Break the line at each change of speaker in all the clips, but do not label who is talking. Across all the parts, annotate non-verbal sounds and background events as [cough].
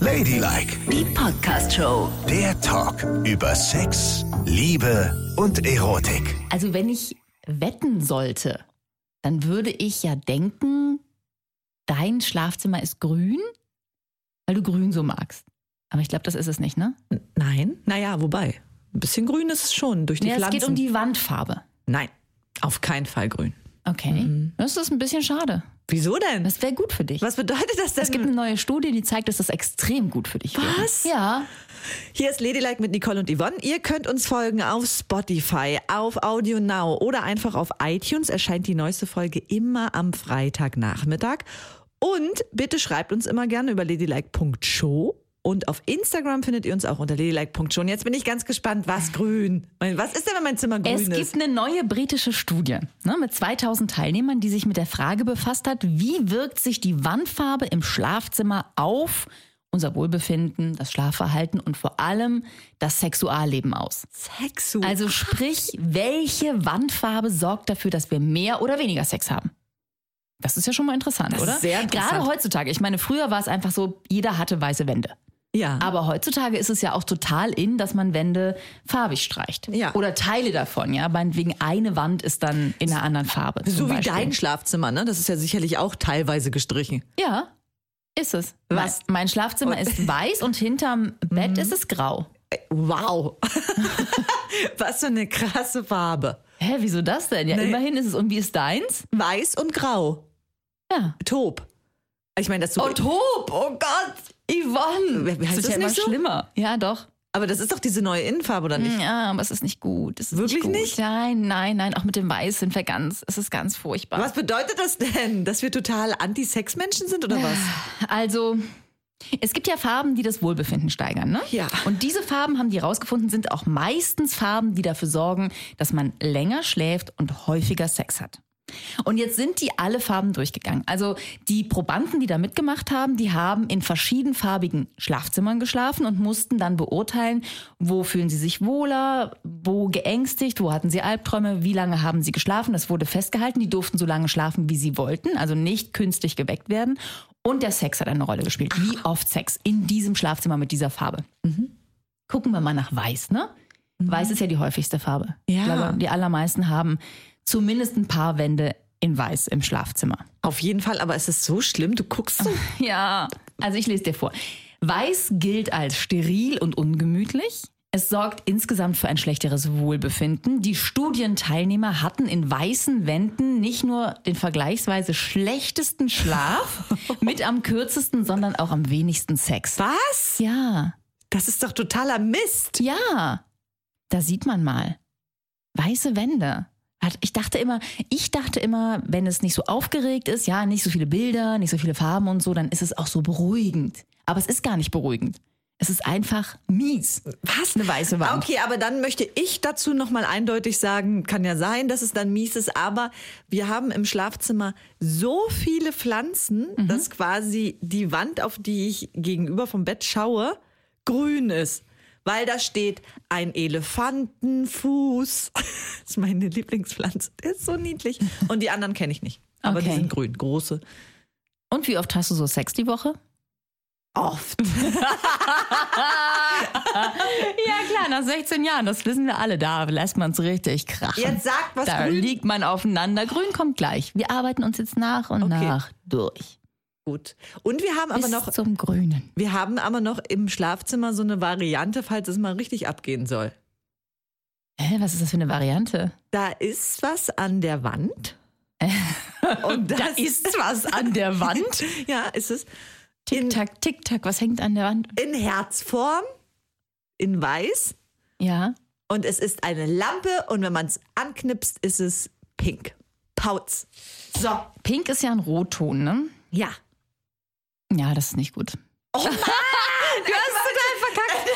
Ladylike,
Die Podcast-Show.
der Talk über Sex, Liebe und Erotik.
Also, wenn ich wetten sollte, dann würde ich ja denken, dein Schlafzimmer ist grün, weil du grün so magst. Aber ich glaube, das ist es nicht, ne?
Nein. Naja, wobei. Ein bisschen grün ist es schon durch die
Ja, es
Pflanzen.
geht um die Wandfarbe.
Nein, auf keinen Fall grün.
Okay. Das ist ein bisschen schade.
Wieso denn?
Das wäre gut für dich.
Mhm. Was bedeutet das denn?
Es gibt eine neue Studie, die zeigt, dass das extrem gut für dich
Was?
wäre. Ja.
Hier ist Ladylike mit Nicole und Yvonne. Ihr könnt uns folgen auf Spotify, auf Audio Now oder einfach auf iTunes. Erscheint die neueste Folge immer am Freitagnachmittag. Und bitte schreibt uns immer gerne über ladylike.show. Und auf Instagram findet ihr uns auch unter ladylike.show. Und jetzt bin ich ganz gespannt, was grün? Mein- Was ist denn, wenn mein Zimmer grün
Es
ist?
gibt eine neue britische Studie ne, mit 2000 Teilnehmern, die sich mit der Frage befasst hat, wie wirkt sich die Wandfarbe im Schlafzimmer auf unser Wohlbefinden, das Schlafverhalten und vor allem das Sexualleben aus.
Sexu.
Also sprich, welche Wandfarbe sorgt dafür, dass wir mehr oder weniger Sex haben? Das ist ja schon mal interessant,
Das ist
oder?
sehr interessant.
Gerade heutzutage. Ich meine, früher war es einfach so, jeder hatte weiße Wände.
ja.
Aber heutzutage ist es ja auch total in, dass man Wände farbig streicht.
Ja.
Oder Teile davon, ja. Meinetwegen eine Wand ist dann in einer anderen Farbe. zum
so wie
Beispiel.
dein Schlafzimmer, ne? Das ist ja sicherlich auch teilweise gestrichen.
Ja, ist es.
Was? Mhm.
Mein, mein Schlafzimmer ist weiß und hinterm Bett ist es grau.
Wow. [laughs] Was für eine krasse Farbe.
Hä, wieso das denn? Ja,
Nee.
immerhin ist es. Und wie ist deins?
Weiß und grau.
Ja.
Taub. Ich meine, das so.
Hob, oh Gott, Yvonne.
Heißt das
das ist ja immer
nicht so?
schlimmer. Ja, doch.
aber das ist doch diese neue Innenfarbe, oder nicht?
Ja, aber es ist nicht gut. Es ist
Wirklich
nicht? Gut.
nicht?
Nein, nein, nein. Auch mit dem Weiß sind wir ganz, es ist ganz furchtbar.
Was bedeutet das denn? Dass wir total Anti-Sex-Menschen sind oder was?
Also, es gibt ja Farben, die das Wohlbefinden steigern, ne?
Ja.
Und diese Farben haben die rausgefunden, sind auch meistens Farben, die dafür sorgen, dass man länger schläft und häufiger Sex hat. Und jetzt sind die alle Farben durchgegangen. Also die Probanden, die da mitgemacht haben, die haben in verschiedenfarbigen Schlafzimmern geschlafen und mussten dann beurteilen, wo fühlen sie sich wohler, wo geängstigt, wo hatten sie Albträume, wie lange haben sie geschlafen. Das wurde festgehalten. Die durften so lange schlafen, wie sie wollten, also nicht künstlich geweckt werden. Und der Sex hat eine Rolle gespielt. Wie oft Sex in diesem Schlafzimmer mit dieser Farbe? Gucken wir mal nach Weiß, ne? Weiß ist ja die häufigste Farbe.
Ja.
Ich glaube, die allermeisten haben zumindest ein paar Wände in Weiß im Schlafzimmer.
Auf jeden Fall, aber es ist so schlimm. Du guckst so.
[laughs] Ja, also ich lese dir vor. Weiß gilt als steril und ungemütlich. Es sorgt insgesamt für ein schlechteres Wohlbefinden. Die Studienteilnehmer hatten in weißen Wänden nicht nur den vergleichsweise schlechtesten [laughs] Schlaf mit am kürzesten, sondern auch am wenigsten Sex.
Was?
Ja.
Das ist doch totaler Mist.
Ja, da sieht man mal. Weiße Wände. Hat- Ich dachte immer, ich dachte immer, wenn es nicht so aufgeregt ist, ja, nicht so viele Bilder, nicht so viele Farben und so, dann ist es auch so beruhigend. Aber es ist gar nicht beruhigend. Es ist einfach mies. Was? Eine weiße Wand.
Okay, aber dann möchte ich dazu nochmal eindeutig sagen, kann ja sein, dass es dann mies ist, aber wir haben im Schlafzimmer so viele Pflanzen,
Mhm.
dass quasi die Wand, auf die ich gegenüber vom Bett schaue, grün ist. Weil da steht ein Elefantenfuß. [laughs] Das ist meine Lieblingspflanze. Der ist so niedlich. Und die anderen kenne ich nicht. Aber die
Okay.
sind grün, große.
Und wie oft hast du so Sex die Woche?
Oft.
Ja, klar, nach 16 Jahren, das wissen wir alle. Da lässt man es richtig krachen.
Jetzt sagt was
da
grün.
liegt man aufeinander. Grün kommt gleich. Wir arbeiten uns jetzt nach und
Okay.
nach durch.
Gut. Und wir haben aber
Bis
noch
zum Grünen.
Wir haben aber noch im Schlafzimmer so eine Variante, falls es mal richtig abgehen soll.
Hä, was ist das für eine Variante?
Da ist was an
[laughs]
der Wand. Und das,
Da ist was an der Wand.
[laughs] ja, ist es in,
Tick-Tack, Tick-Tack, was hängt an der Wand?
in Herzform, in weiß
Ja.
und es ist eine Lampe und wenn man es anknipst, ist es pink. Pauz.
So. Pink ist ja ein Rotton, ne?
Ja.
Ja, das ist nicht
[laughs]
gut.
Du hast total verkackt.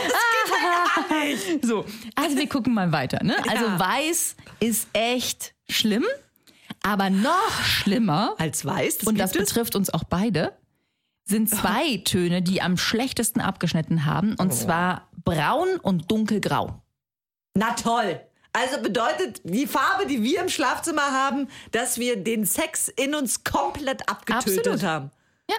So, also wir gucken mal weiter, ne? Also
Ja.
weiß ist echt schlimm, aber noch schlimmer,
Als weiß, das
und das
gibt es.
betrifft uns auch beide, sind zwei Töne, die am schlechtesten abgeschnitten haben,
Oh.
und zwar braun und dunkelgrau.
Na toll. Also bedeutet die Farbe, die wir im Schlafzimmer haben, dass wir den Sex in uns komplett abgetötet
Absolut.
haben.
Ja.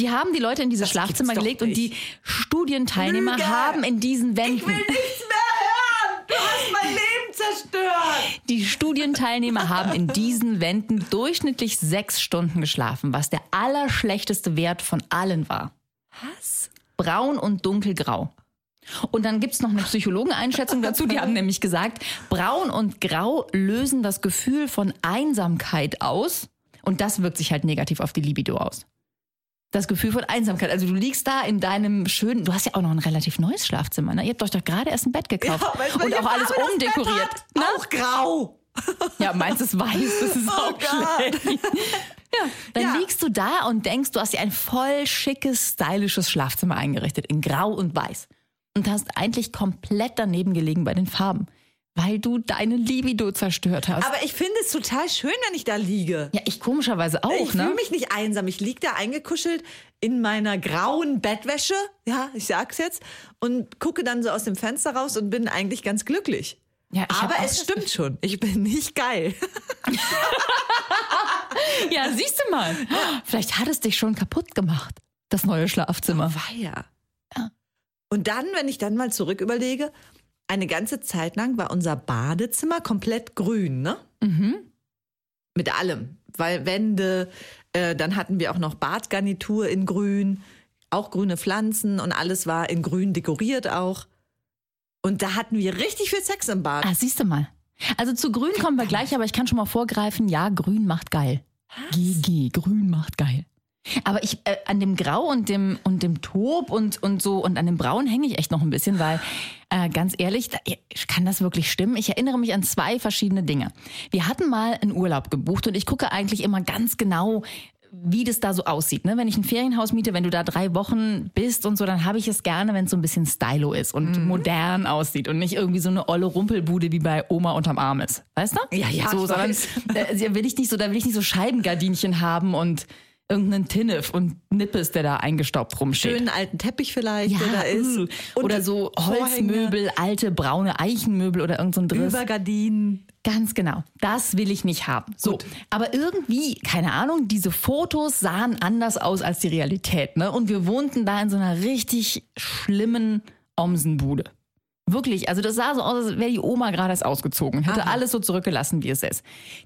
Die haben die Leute in diese Schlafzimmer
gibt's doch
gelegt und die
nicht.
Studienteilnehmer
Lüge!
haben in diesen Wänden
nichts mehr hören! Du hast mein Leben zerstört!
Die Studienteilnehmer haben in diesen Wänden durchschnittlich sechs Stunden geschlafen, was der allerschlechteste Wert von allen war.
Was?
Braun und dunkelgrau. Und dann gibt's noch eine Psychologeneinschätzung dazu, die haben nämlich gesagt, braun und grau lösen das Gefühl von Einsamkeit aus und das wirkt sich halt negativ auf die Libido aus. Das Gefühl von Einsamkeit. Also du liegst da in deinem schönen, du hast ja auch noch ein relativ neues Schlafzimmer. Ne? Ihr habt euch doch gerade erst ein Bett gekauft
weißt du,
und
welche
auch alles ne?
Farbe das Bett
umdekoriert.
hat?
Na?
Auch grau!
Ja, meins ist weiß, das [laughs] ist
Oh
auch
Gott.
schlecht. Ja, dann
Ja.
liegst du da und denkst, du hast dir ein voll schickes, stylisches Schlafzimmer eingerichtet in Grau und Weiß. Und hast eigentlich komplett daneben gelegen bei den Farben, weil du deine Libido zerstört hast.
Aber ich finde es total schön, wenn ich da liege.
ja, ich komischerweise auch,
ich
ne?
fühle mich nicht einsam. Ich liege da eingekuschelt in meiner grauen Bettwäsche, ja, ich sag's jetzt, und gucke dann so aus dem Fenster raus und bin eigentlich ganz glücklich.
Ja, ich hab
Aber
auch
es
das
stimmt schon, ich bin nicht geil.
ja, siehst du mal. Vielleicht hat es dich schon kaputt gemacht, das neue Schlafzimmer.
Weia.
Ja.
Und dann, wenn ich dann mal zurück überlege, eine ganze Zeit lang war unser Badezimmer komplett grün, ne?
Mhm.
Mit allem. Weil Wände, äh, dann hatten wir auch noch Badgarnitur in grün, auch grüne Pflanzen und alles war in grün dekoriert auch. Und da hatten wir richtig viel Sex im Bad.
Ah, siehst du mal. Also zu grün kommen wir gleich, aber ich kann schon mal vorgreifen, ja, grün macht geil. GG, grün macht geil. Aber ich äh, an dem Grau und dem und dem Tob und und so und an dem Braun hänge ich echt noch ein bisschen, weil äh, ganz ehrlich, da, ich- kann das wirklich stimmen? Ich erinnere mich an zwei verschiedene Dinge. Wir hatten mal einen Urlaub gebucht und ich gucke eigentlich immer ganz genau, wie das da so aussieht. Ne? Wenn ich ein Ferienhaus miete, wenn du da drei Wochen bist und so, dann habe ich es gerne, wenn es so ein bisschen stylo ist und
Mhm.
modern aussieht und nicht irgendwie so eine olle Rumpelbude wie bei Oma unterm Arm ist. Weißt du?
Ja, ja,
So,
ich
sondern
weiß.
da da Äh, also, will ich nicht so, da will ich nicht so Scheibengardinchen haben und irgendeinen Tinnef und Nippes, der da eingestaubt rumsteht.
Schönen alten Teppich vielleicht, der da ist.
mm.
Und
oder so Holzmöbel, alte braune Eichenmöbel oder irgend so ein
Vorhänge,
Driss.
Übergardinen.
Ganz genau. Das will ich nicht haben. So. Aber irgendwie, keine Ahnung, diese Fotos sahen anders aus als die Realität. Ne? Und wir wohnten da in so einer richtig schlimmen Omsenbude. Wirklich, also das sah so aus, als wäre die Oma gerade erst ausgezogen. Hätte alles so zurückgelassen, wie es ist.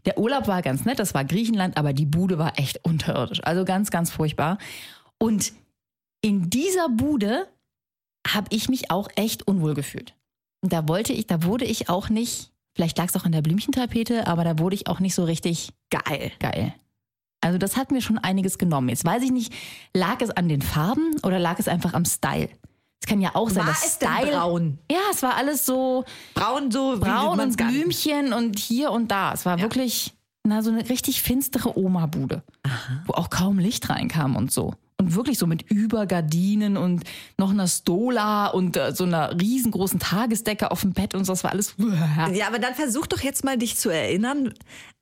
Der Urlaub war ganz nett, das war Griechenland, aber die Bude war echt unterirdisch. Also ganz, ganz furchtbar. Und in dieser Bude habe ich mich auch echt unwohl gefühlt. Und da wollte ich, da wurde ich auch nicht, vielleicht lag es auch an der Blümchentapete, aber da wurde ich auch nicht so richtig
Geil.
geil. Also das hat mir schon einiges genommen. Jetzt weiß ich nicht, lag es an den Farben oder lag es einfach am Style? Es kann ja auch sein,
War
dass
es denn
Style.
braun?
Ja, es war alles so
Braun so wie
braun
man's
und
gar nicht.
Blümchen und hier und da. Es war wirklich na, so eine richtig finstere Oma-Bude, wo auch kaum Licht reinkam und so. Und wirklich so mit Übergardinen und noch einer Stola und äh, so einer riesengroßen Tagesdecke auf dem Bett und so. Das war alles. [laughs]
Ja, aber dann versuch doch jetzt mal dich zu erinnern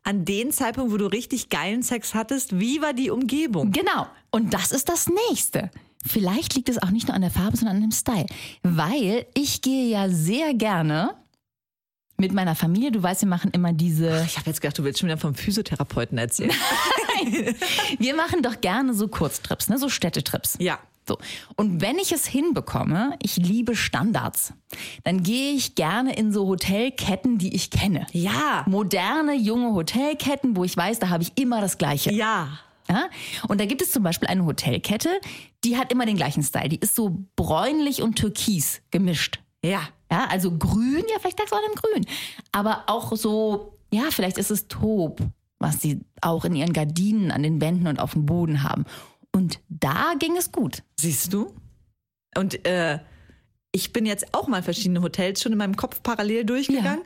an den Zeitpunkt, wo du richtig geilen Sex hattest. Wie war die Umgebung?
Genau. Und das ist das nächste. Vielleicht liegt es auch nicht nur an der Farbe, sondern an dem Style. Weil ich gehe ja sehr gerne mit meiner Familie. Du weißt, wir machen immer diese.
Ich habe jetzt gedacht, du willst schon wieder vom Physiotherapeuten erzählen.
Wir machen doch gerne so Kurztrips, ne? so Städtetrips.
[laughs] ja.
So. Und wenn ich es hinbekomme, ich liebe Standards, dann gehe ich gerne in so Hotelketten, die ich kenne.
Ja.
Moderne, junge Hotelketten, wo ich weiß, da habe ich immer das Gleiche.
Ja.
Ja? Und da gibt es zum Beispiel eine Hotelkette, die hat immer den gleichen Style. Die ist so bräunlich und türkis gemischt.
Ja.
Ja, also grün, ja, vielleicht lag es auch an dem Grün. Aber auch so, ja, vielleicht ist es Taub, was sie auch in ihren Gardinen, an den Wänden und auf dem Boden haben. Und da ging es gut.
Siehst du? Und äh, ich bin jetzt auch mal verschiedene Hotels schon in meinem Kopf parallel durchgegangen.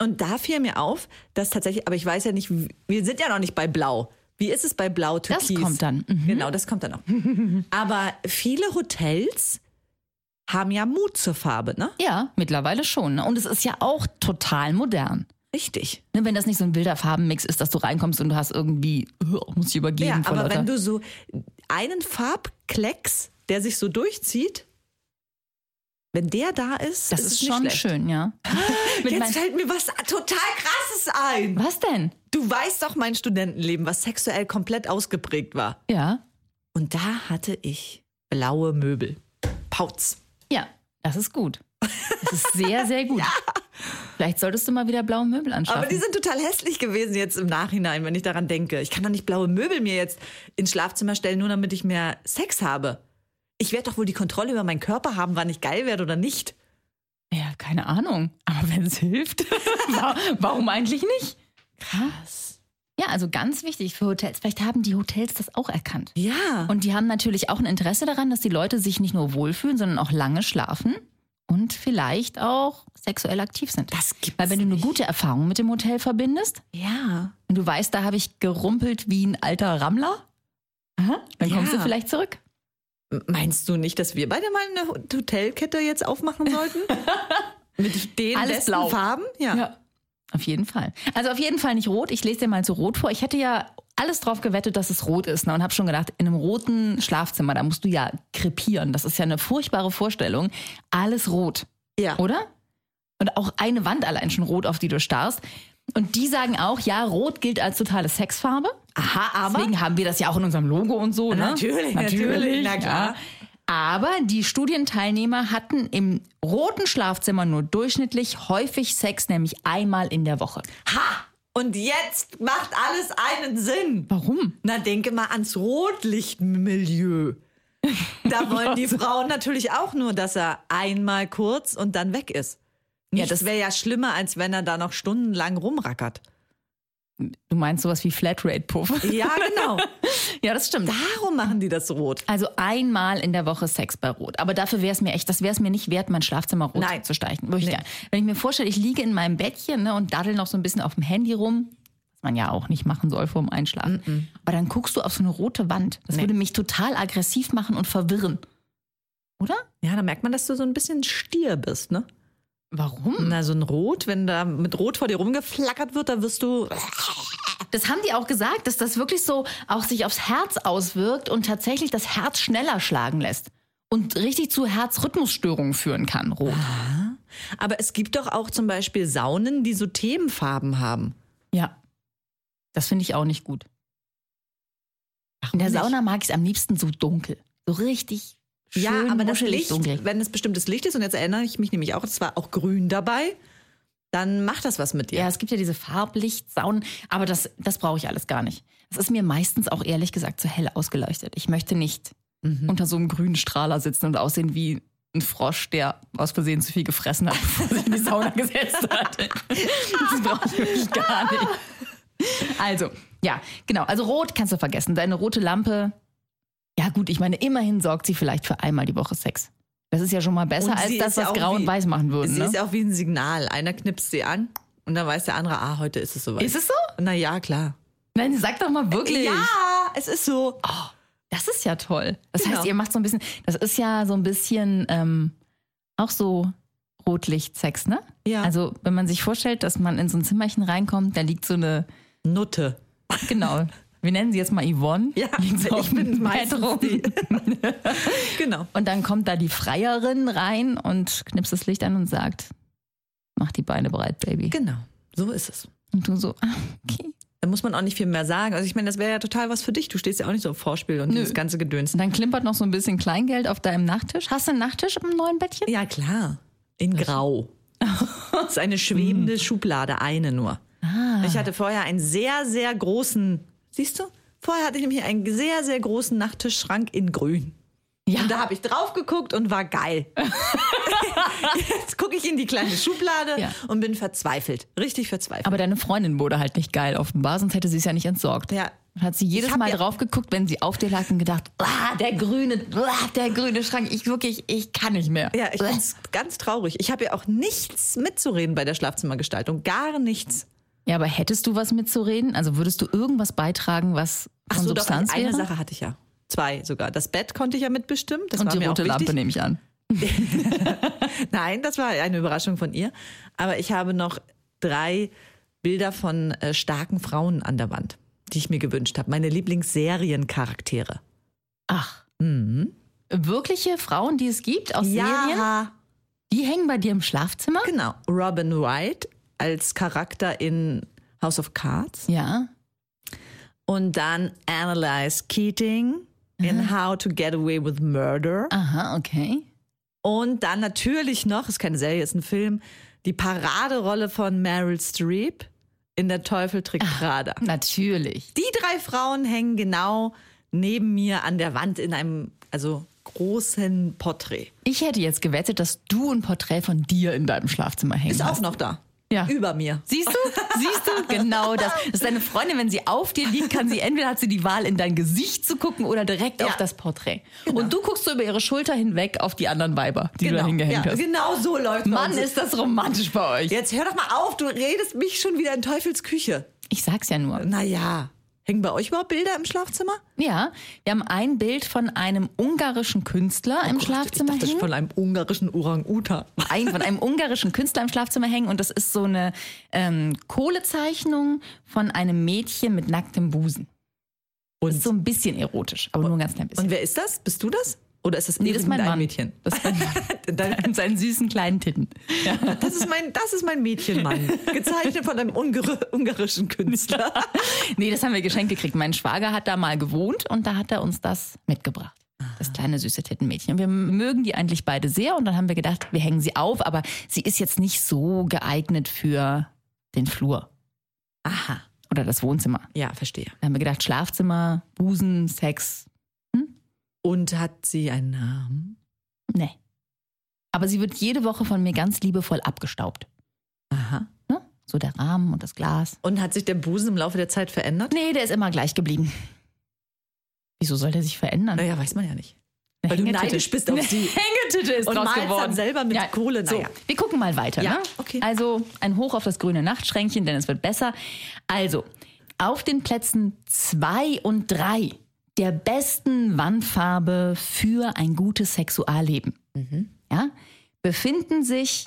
Und da fiel mir auf, dass tatsächlich, aber ich weiß ja nicht, wie- wir sind ja noch nicht bei Blau. Wie ist es bei Blau
Das
Türkis?
kommt dann. Mhm.
Genau, das kommt dann noch.
[laughs]
aber viele Hotels haben ja Mut zur Farbe, ne?
Ja, mittlerweile schon. ne? Und es ist ja auch total modern.
Richtig.
Ne, Wenn das nicht so ein wilder Farbenmix ist, dass du reinkommst und du hast irgendwie, oh, muss ich übergeben.
Ja,
vor
aber
lauter-
wenn du so einen Farbklecks, der sich so durchzieht, wenn der da ist,
das
ist,
ist
es
schon
nicht schlecht.
schön, ja. [laughs] Mit
[laughs] Jetzt
mein-
fällt mir was total krasses ein.
was denn?
Du weißt doch mein Studentenleben, was sexuell komplett ausgeprägt war.
Ja.
Und da hatte ich blaue Möbel. Pauz.
Ja, das ist gut. Das ist sehr, sehr
[laughs]
gut. Vielleicht solltest du mal wieder blaue Möbel anschaffen.
Aber die sind total hässlich gewesen jetzt im Nachhinein, wenn ich daran denke. Ich kann doch nicht blaue Möbel mir jetzt ins Schlafzimmer stellen, nur damit ich mehr Sex habe. Ich werde doch wohl die Kontrolle über meinen Körper haben, wann ich geil werde oder nicht.
ja, keine Ahnung. Aber wenn es hilft, [laughs] wa- warum eigentlich nicht?
Krass.
Ja, also ganz wichtig für Hotels. Vielleicht haben die Hotels das auch erkannt.
Ja.
Und die haben natürlich auch ein Interesse daran, dass die Leute sich nicht nur wohlfühlen, sondern auch lange schlafen und vielleicht auch sexuell aktiv sind.
das gibt
Weil wenn du eine gute Erfahrung mit dem Hotel verbindest,
Ja.
und du weißt, da habe ich gerumpelt wie ein alter Rammler, aha, dann kommst
Ja.
du vielleicht zurück.
Meinst du nicht, dass wir beide mal eine Hotelkette jetzt aufmachen [laughs] sollten? Mit den
Alles
besten
blau.
Farben? Ja.
Auf jeden Fall. Also auf jeden Fall nicht rot. Ich lese dir mal zu rot vor. Ich hätte ja alles drauf gewettet, dass es rot ist. Ne? Und habe schon gedacht, in einem roten Schlafzimmer, da musst du ja krepieren. Das ist ja eine furchtbare Vorstellung. Alles rot,
Ja.
oder? Und auch eine Wand allein schon rot, auf die du starrst. Und die sagen auch, ja, rot gilt als totale Sexfarbe.
Aha, aber.
Deswegen haben wir das ja auch in unserem Logo und so. Ne?
Natürlich, natürlich, na klar.
Ja. Aber die Studienteilnehmer hatten im roten Schlafzimmer nur durchschnittlich häufig Sex, nämlich einmal in der Woche.
Ha! Und jetzt macht alles einen Sinn.
Warum?
Na, denke mal ans [laughs] Rotlichtmilieu. Da wollen die Frauen natürlich auch nur, dass er einmal kurz und dann weg ist. Nichts
das-
wäre ja schlimmer, als wenn er da noch stundenlang [laughs] rumrackert.
Du meinst sowas wie Flatrate-Puff?
Ja, genau.
ja, das stimmt.
Darum machen die das rot.
Also einmal in der Woche Sex bei Rot. Aber dafür wäre es mir echt, das wäre es mir nicht wert, mein Schlafzimmer rot
Nein.
zu steichen. Würde ich
Nee.
gerne. Wenn ich mir vorstelle, ich liege in meinem Bettchen ne, und daddel noch so ein bisschen auf dem Handy rum, was man ja auch nicht machen soll vor dem Einschlafen. Aber dann guckst du auf so eine rote Wand. Das würde mich total aggressiv machen und verwirren. Oder?
Ja, da merkt man, dass du so ein bisschen Stier bist, ne?
Warum?
Na, so ein Rot, wenn da mit Rot vor dir rumgeflackert wird, da wirst du.
Das haben die auch gesagt, dass das wirklich so auch sich aufs Herz auswirkt und tatsächlich das Herz schneller schlagen lässt. Und richtig zu Herzrhythmusstörungen führen kann, rot.
Aber es gibt doch auch zum Beispiel Saunen, die so Themenfarben haben.
Ja. Das finde ich auch nicht gut. In der
nicht?
Sauna mag ich es am liebsten so dunkel. So richtig schön
ja, aber das
muschelig
Licht,
dunkel.
wenn es bestimmtes Licht ist, und jetzt erinnere ich mich nämlich auch, es war auch grün dabei, dann macht das was mit dir.
Ja, es gibt ja diese Farblicht-Saunen, aber das, das brauche ich alles gar nicht. Es ist mir meistens auch ehrlich gesagt zu hell ausgeleuchtet. Ich möchte nicht
Mhm.
unter so einem grünen Strahler sitzen und aussehen wie ein Frosch, der aus Versehen zu viel gefressen hat, [laughs] bevor sich in die
[laughs]
Sauna gesetzt hat. Das brauche ich wirklich gar nicht. Also, ja, genau. Also rot kannst du vergessen. Deine rote Lampe. Ja gut, ich meine, immerhin sorgt sie vielleicht für einmal die Woche Sex. Das ist ja schon mal besser
Und
als
sie
das,
ist ja
was
auch
grau und
wie-
weiß machen würden.
Sie
Ne?
ist ja auch wie ein Signal. Einer knipst sie an und dann weiß der andere, ah, heute ist es soweit.
Ist es so?
Na ja, klar.
Nein, sag doch mal wirklich.
Ja, es ist so.
Das ist ja toll. Das
Genau.
heißt, ihr macht so ein bisschen, das ist ja so ein bisschen ähm, auch so Rotlichtsex, ne?
Ja.
Also, wenn man sich vorstellt, dass man in so ein Zimmerchen reinkommt, da liegt so eine,
Nutte.
genau, [laughs] wir nennen sie jetzt mal Yvonne.
Ja,
liegt so
ich
auf
bin
dem Bett
meistens
rum.
die. Genau.
Und dann kommt da die Freierin rein und knipst das Licht an und sagt, mach die Beine breit, Baby.
Genau. So ist es.
Und du so, ah, okay.
Da muss man auch nicht viel mehr sagen. Also ich meine, das wäre ja total was für dich. Du stehst ja auch nicht so im Vorspiel und das ganze Gedöns.
Und dann klimpert noch so ein bisschen Kleingeld auf deinem Nachttisch. Hast du einen Nachttisch im neuen Bettchen?
Ja, klar.
[laughs]
In Grau. das ist eine
Hm.
schwebende Schublade, eine nur.
Ah.
Ich hatte vorher einen sehr, sehr großen, siehst du? Vorher hatte ich nämlich einen sehr, sehr großen Nachttischschrank in Grün.
Ja.
Und da habe ich drauf geguckt und
[laughs]
war geil. Jetzt gucke ich in die kleine Schublade
Ja.
und bin verzweifelt. Richtig verzweifelt.
Aber deine Freundin wurde halt nicht geil offenbar, sonst hätte sie es ja nicht entsorgt.
Ja.
Und Hat sie
Ich
jedes
hab
Mal
ja-
drauf geguckt, wenn sie auf dir lag und gedacht, ah, der grüne, ah, der grüne Schrank, ich wirklich, ich kann nicht mehr.
Ja, ich bin ganz traurig. Ich habe ja auch nichts mitzureden bei der Schlafzimmergestaltung. Gar nichts.
ja, aber hättest du was mitzureden? Also würdest du irgendwas beitragen, was
Ach
von
so, doch,
Substanz
eine
wäre?
Sache hatte ich ja. Zwei sogar. Das Bett konnte ich ja mitbestimmen. Das
und
war
die
mir
rote
auch wichtig.
Lampe nehme ich an.
[laughs] Nein, das war eine Überraschung von ihr. Aber ich habe noch drei Bilder von äh, starken Frauen an der Wand, die ich mir gewünscht habe. Meine Lieblingsseriencharaktere.
Ach. Mhm. Wirkliche Frauen, die es gibt aus Serien,
Ja,
die hängen bei dir im Schlafzimmer?
genau. Robin Wright als Charakter in House of Cards.
Ja.
Und dann Annalise Keating in
Mhm.
How to Get Away with Murder.
Aha, okay.
Und dann natürlich noch, ist keine Serie, ist ein Film, die Paraderolle von Meryl Streep in Der Teufel trägt
Ah.
Prada.
Natürlich.
Die drei Frauen hängen genau neben mir an der Wand in einem, also großen Porträt.
Ich hätte jetzt gewettet, dass du ein Porträt von dir in deinem Schlafzimmer hängst.
Ist auch noch da.
Ja.
Über mir.
Siehst du? Siehst du? Genau das. Das ist deine Freundin, wenn sie auf dir liegt, kann sie entweder hat sie die Wahl, in dein Gesicht zu gucken oder direkt auf das Porträt. Und du guckst so über ihre Schulter hinweg auf die anderen Weiber, die du da hingehängt
ja,
hast.
genau so läuft
Mann,
bei uns.
ist das romantisch bei euch.
Jetzt hör doch mal auf, du redest mich schon wieder in Teufels Küche.
Ich sag's ja nur.
Naja, hängen bei euch überhaupt Bilder im Schlafzimmer?
Ja, wir haben ein Bild von einem ungarischen Künstler im Schlafzimmer
ich dachte,
hängen.
von einem ungarischen Orang-Utan.
Ein, von einem ungarischen Künstler im Schlafzimmer hängen und das ist so eine ähm, Kohlezeichnung von einem Mädchen mit nacktem Busen.
Und-
ist so ein bisschen erotisch, aber nur ein ganz klein bisschen.
Und wer ist das? Bist du das? Oder ist das
Nee, das ist mein Mann.
irgendein Mädchen?
[laughs] Das ist mein Mann. Mit seinen süßen kleinen Titten.
Ah, Das ist mein, das ist mein
[laughs]
Mädchenmann. Gezeichnet von einem Ungar ungarischen Künstler.
Nee, das haben wir geschenkt gekriegt. Mein Schwager hat da mal gewohnt und da hat er uns das mitgebracht. Das kleine süße Tittenmädchen. Und wir mögen die eigentlich beide sehr und dann haben wir gedacht, wir hängen sie auf, aber sie ist jetzt nicht so geeignet für den Flur
Aha.
oder das Wohnzimmer.
Ja, verstehe.
Da haben wir gedacht, Schlafzimmer, Busen, Sex.
Und hat sie einen Namen?
Nee. Aber sie wird jede Woche von mir ganz liebevoll abgestaubt.
Aha.
Ne? So der Rahmen und das Glas.
Und hat sich der Busen im Laufe der Zeit verändert?
Nee, der ist immer gleich geblieben. Wieso soll der sich verändern?
Naja, weiß man ja nicht.
Eine
Weil du
Hängetitte.
neidisch
[laughs]
bist auf [laughs]
Eine
sie.
Hängetitte ist
Und
draus
malst
geworden.
dann selber mit Kohle,
So,
naja.
wir gucken mal weiter.
Ja,
ne?
okay.
Also ein Hoch auf das grüne Nachtschränkchen, denn es wird besser. Also auf den Plätzen zwei und drei der besten Wandfarbe für ein gutes Sexualleben
Mhm.
ja, befinden sich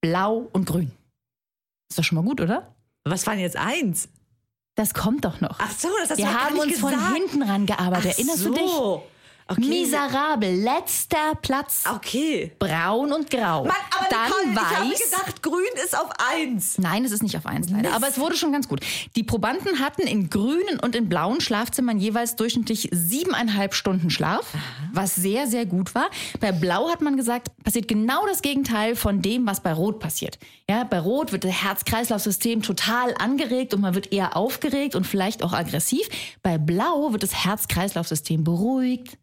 blau und grün. Ist doch schon mal gut, oder?
Was war denn jetzt eins?
Das kommt doch noch.
Ach so, das hast du
wir
noch gar
haben
nicht
uns
gesagt.
von hinten ran gearbeitet.
Ach
Erinnerst
so.
du dich?
Okay.
Miserabel, letzter Platz.
Okay.
Braun und grau.
Mann, aber
Dann
Nicole,
weiß.
ich habe gedacht, grün ist auf eins.
Nein, es ist nicht auf eins leider. Aber es wurde schon ganz gut. Die Probanden hatten in grünen und in blauen Schlafzimmern jeweils durchschnittlich siebeneinhalb Stunden Schlaf, was sehr, sehr gut war. Bei blau hat man gesagt, passiert genau das Gegenteil von dem, was bei rot passiert. Ja, bei rot wird das Herz-Kreislauf-System total angeregt und man wird eher aufgeregt und vielleicht auch aggressiv. Bei blau wird das Herz-Kreislauf-System beruhigt.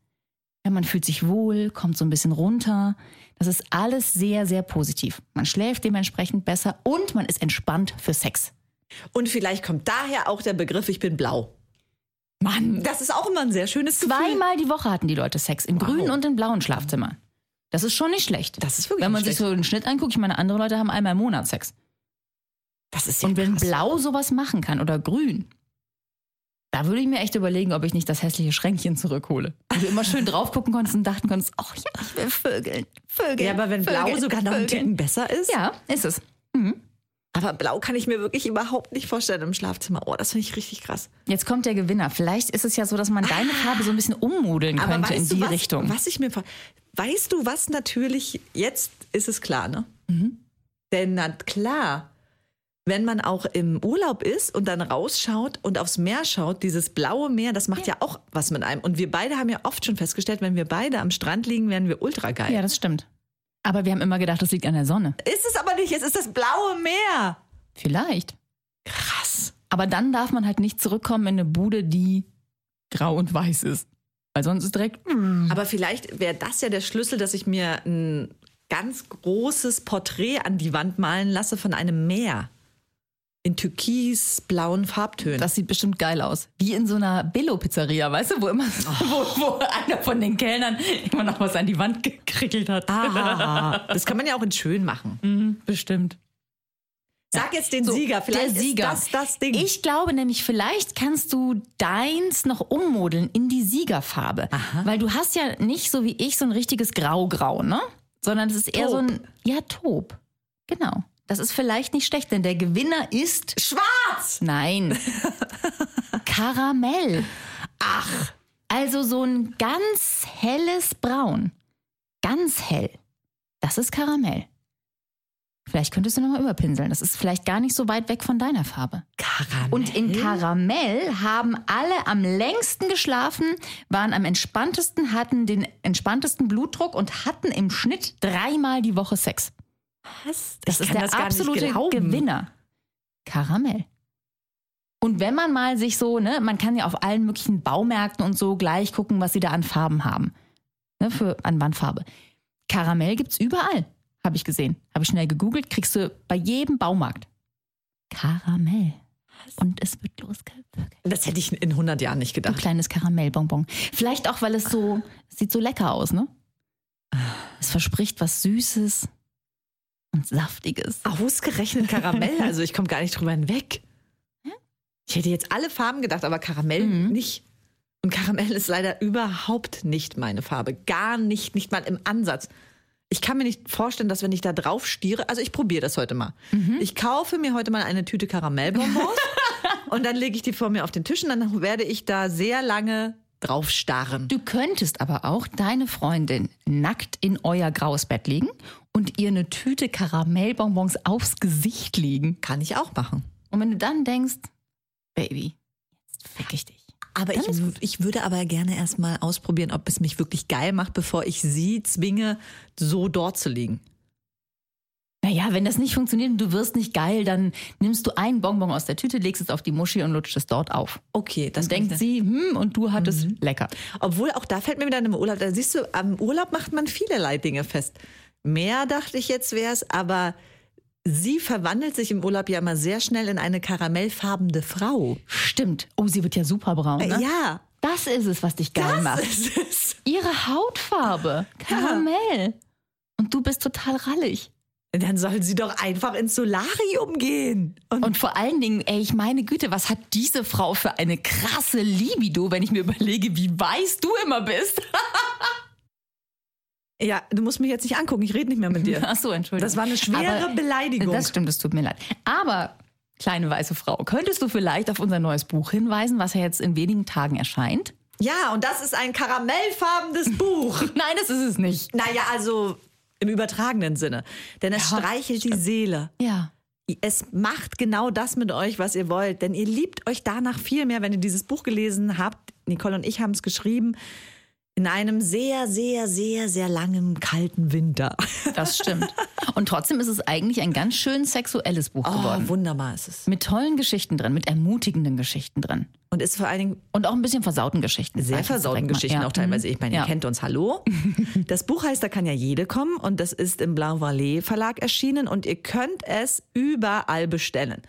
Ja, man fühlt sich wohl, kommt so ein bisschen runter. Das ist alles sehr, sehr positiv. Man schläft dementsprechend besser und man ist entspannt für Sex.
Und vielleicht kommt daher auch der Begriff, ich bin blau.
Mann,
Das ist auch immer ein sehr schönes Gefühl.
zweimal die Woche hatten die Leute Sex, im grünen und im blauen Schlafzimmer. Das ist schon nicht schlecht.
Das ist wirklich
Wenn man
nicht
sich so den Schnitt anguckt, ich meine, andere Leute haben einmal im Monat Sex.
Das ist
und wenn
krass.
blau sowas machen kann oder grün, da würde ich mir echt überlegen, ob ich nicht das hässliche Schränkchen zurückhole. Wo du immer schön drauf gucken konntest und dachten konntest, ach ja, ich will Vögeln, Vögeln.
Ja, aber wenn blau
Vögeln,
sogar noch einen
Vögeln.
Ticken besser ist.
Ja, ist es.
Aber blau kann ich mir wirklich überhaupt nicht vorstellen im Schlafzimmer. Oh, das finde ich richtig krass.
Jetzt kommt der Gewinner. Vielleicht ist es ja so, dass man deine Farbe so ein bisschen ummodeln
Ah, Aber
könnte in
weißt
die
du, was,
Richtung.
was ich mir vor- Weißt du, was natürlich jetzt ist es klar, ne?
Mhm.
Denn na klar, wenn man auch im Urlaub ist und dann rausschaut und aufs Meer schaut, dieses blaue Meer, das macht ja, auch was mit einem. Und wir beide haben ja oft schon festgestellt, wenn wir beide am Strand liegen, werden wir ultra geil.
Ja, das stimmt. Aber wir haben immer gedacht, das liegt an der Sonne.
Ist es aber nicht, es ist das blaue Meer.
Vielleicht.
Krass.
Aber dann darf man halt nicht zurückkommen in eine Bude, die grau und weiß ist. Weil sonst ist direkt.
Hm. Aber vielleicht wäre das ja der Schlüssel, dass ich mir ein ganz großes Porträt an die Wand malen lasse von einem Meer. In türkisblauen Farbtönen.
Das sieht bestimmt geil aus. Wie in so einer Billo-Pizzeria, weißt du, wo immer [laughs] wo, wo einer von den Kellnern immer noch was an die Wand gekrickelt hat.
Ah, das kann man ja auch in schön machen.
Mhm, bestimmt.
Sag jetzt den
So,
Sieger, vielleicht
der Sieger.
ist das das Ding.
Ich glaube nämlich, vielleicht kannst du deins noch ummodeln in die Siegerfarbe. Weil du hast ja nicht so wie ich so ein richtiges Grau-Grau, ne? Sondern es ist eher so ein, ja, Tob. Genau. Das ist vielleicht nicht schlecht, denn der Gewinner ist,
Schwarz!
nein, Karamell. Ach. Also so ein ganz helles Braun. Ganz hell. Das ist Karamell. Vielleicht könntest du nochmal überpinseln. Das ist vielleicht gar nicht so weit weg von deiner Farbe.
Karamell.
Und in Karamell haben alle am längsten geschlafen, waren am entspanntesten, hatten den entspanntesten Blutdruck und hatten im Schnitt dreimal die Woche Sex.
was?
Das ist der absolute Gewinner. Karamell. Und wenn man mal sich so, ne, man kann ja auf allen möglichen Baumärkten und so gleich gucken, was sie da an Farben haben. Ne, für an Wandfarbe. Karamell gibt's überall, habe ich gesehen. Habe ich schnell gegoogelt, kriegst du bei jedem Baumarkt. Karamell. Und es wird losgevögelt.
Das hätte ich in 100 Jahren nicht
Ein
gedacht.
kleines Karamellbonbon. Vielleicht auch, weil es so, es sieht so lecker aus, ne? Es verspricht was Süßes und Saftiges.
Ausgerechnet Karamell, also ich komme gar nicht drüber hinweg. Ich hätte jetzt alle Farben gedacht, aber Karamell nicht. Und Karamell ist leider überhaupt nicht meine Farbe. Gar nicht, nicht mal im Ansatz. Ich kann mir nicht vorstellen, dass wenn ich da drauf stiere, also ich probiere das heute mal. Ich kaufe mir heute mal eine Tüte Karamellbonbons und dann lege ich die vor mir auf den Tisch und dann werde ich da sehr lange drauf starren.
Du könntest aber auch deine Freundin nackt in euer graues Bett legen und ihr eine Tüte Karamellbonbons aufs Gesicht legen.
Kann ich auch machen.
Und wenn du dann denkst, Baby, jetzt fick ich dich.
Aber ich, wü- ich würde aber gerne erstmal ausprobieren, ob es mich wirklich geil macht, bevor ich sie zwinge, so dort zu liegen.
Naja, wenn das nicht funktioniert und du wirst nicht geil, dann nimmst du ein Bonbon aus der Tüte, legst es auf die Muschi und lutscht es dort auf.
Okay, das Mhm.
Dann denkt sie, hm, und du hattest lecker.
Obwohl, auch da fällt mir wieder im Urlaub, da siehst du, am Urlaub macht man vielerlei Dinge fest. Mehr dachte ich jetzt wäre es, aber sie verwandelt sich im Urlaub ja immer sehr schnell in eine karamellfarbene Frau.
Stimmt. Oh, sie wird ja super braun. Ne?
Äh, Ja,
Das ist es, was dich geil macht.
das ist es.
Ihre
[laughs]
Hautfarbe. Karamell. Und du bist total rallig.
Dann soll sie doch einfach ins Solarium gehen. Und
Und vor allen Dingen, ey, ich meine Güte, was hat diese Frau für eine krasse Libido, wenn ich mir überlege, wie weiß du immer bist.
ja, du musst mich jetzt nicht angucken, ich rede nicht mehr mit [laughs] dir.
Ach so, Entschuldigung.
Das war eine schwere
Aber- äh,
Beleidigung.
Das stimmt, es tut mir leid. Aber, kleine weiße Frau, könntest du vielleicht auf unser neues Buch hinweisen, was ja jetzt in wenigen Tagen erscheint?
Ja, und das ist ein karamellfarbenes Buch.
Nein, das ist es nicht.
naja, also im übertragenen Sinne. Denn es
Ja,
streichelt die Seele.
Ja.
Es macht genau das mit euch, was ihr wollt. Denn ihr liebt euch danach viel mehr, wenn ihr dieses Buch gelesen habt. Nicole und ich haben es geschrieben. In einem sehr, sehr, sehr, sehr langen, kalten Winter. [laughs]
Das stimmt. Und trotzdem ist es eigentlich ein ganz schön sexuelles Buch
Oh,
geworden.
wunderbar ist es.
Mit tollen Geschichten drin, mit ermutigenden Geschichten drin.
Und ist vor allen Dingen
Und auch ein bisschen versauten Geschichten. Sag
sehr
ich jetzt
versauten
direkt mal.
Geschichten
Ja.
auch teilweise. Ich meine, ihr
Ja.
kennt
[laughs]
uns, hallo. Das Buch heißt, da kann ja jede kommen und das ist im Blau Valley Verlag erschienen und ihr könnt es überall bestellen.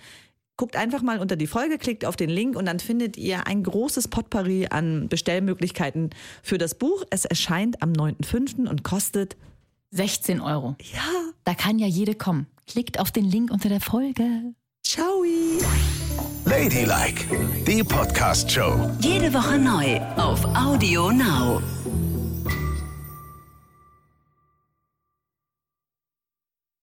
Guckt einfach mal unter die Folge, klickt auf den Link und dann findet ihr ein großes Potpourri an Bestellmöglichkeiten für das Buch. Es erscheint am 9.5. und kostet
16 Euro.
ja,
Da kann ja jede kommen. Klickt auf den Link unter der Folge.
ciao.
Ladylike, die Podcast-Show.
Jede Woche neu auf Audio Now.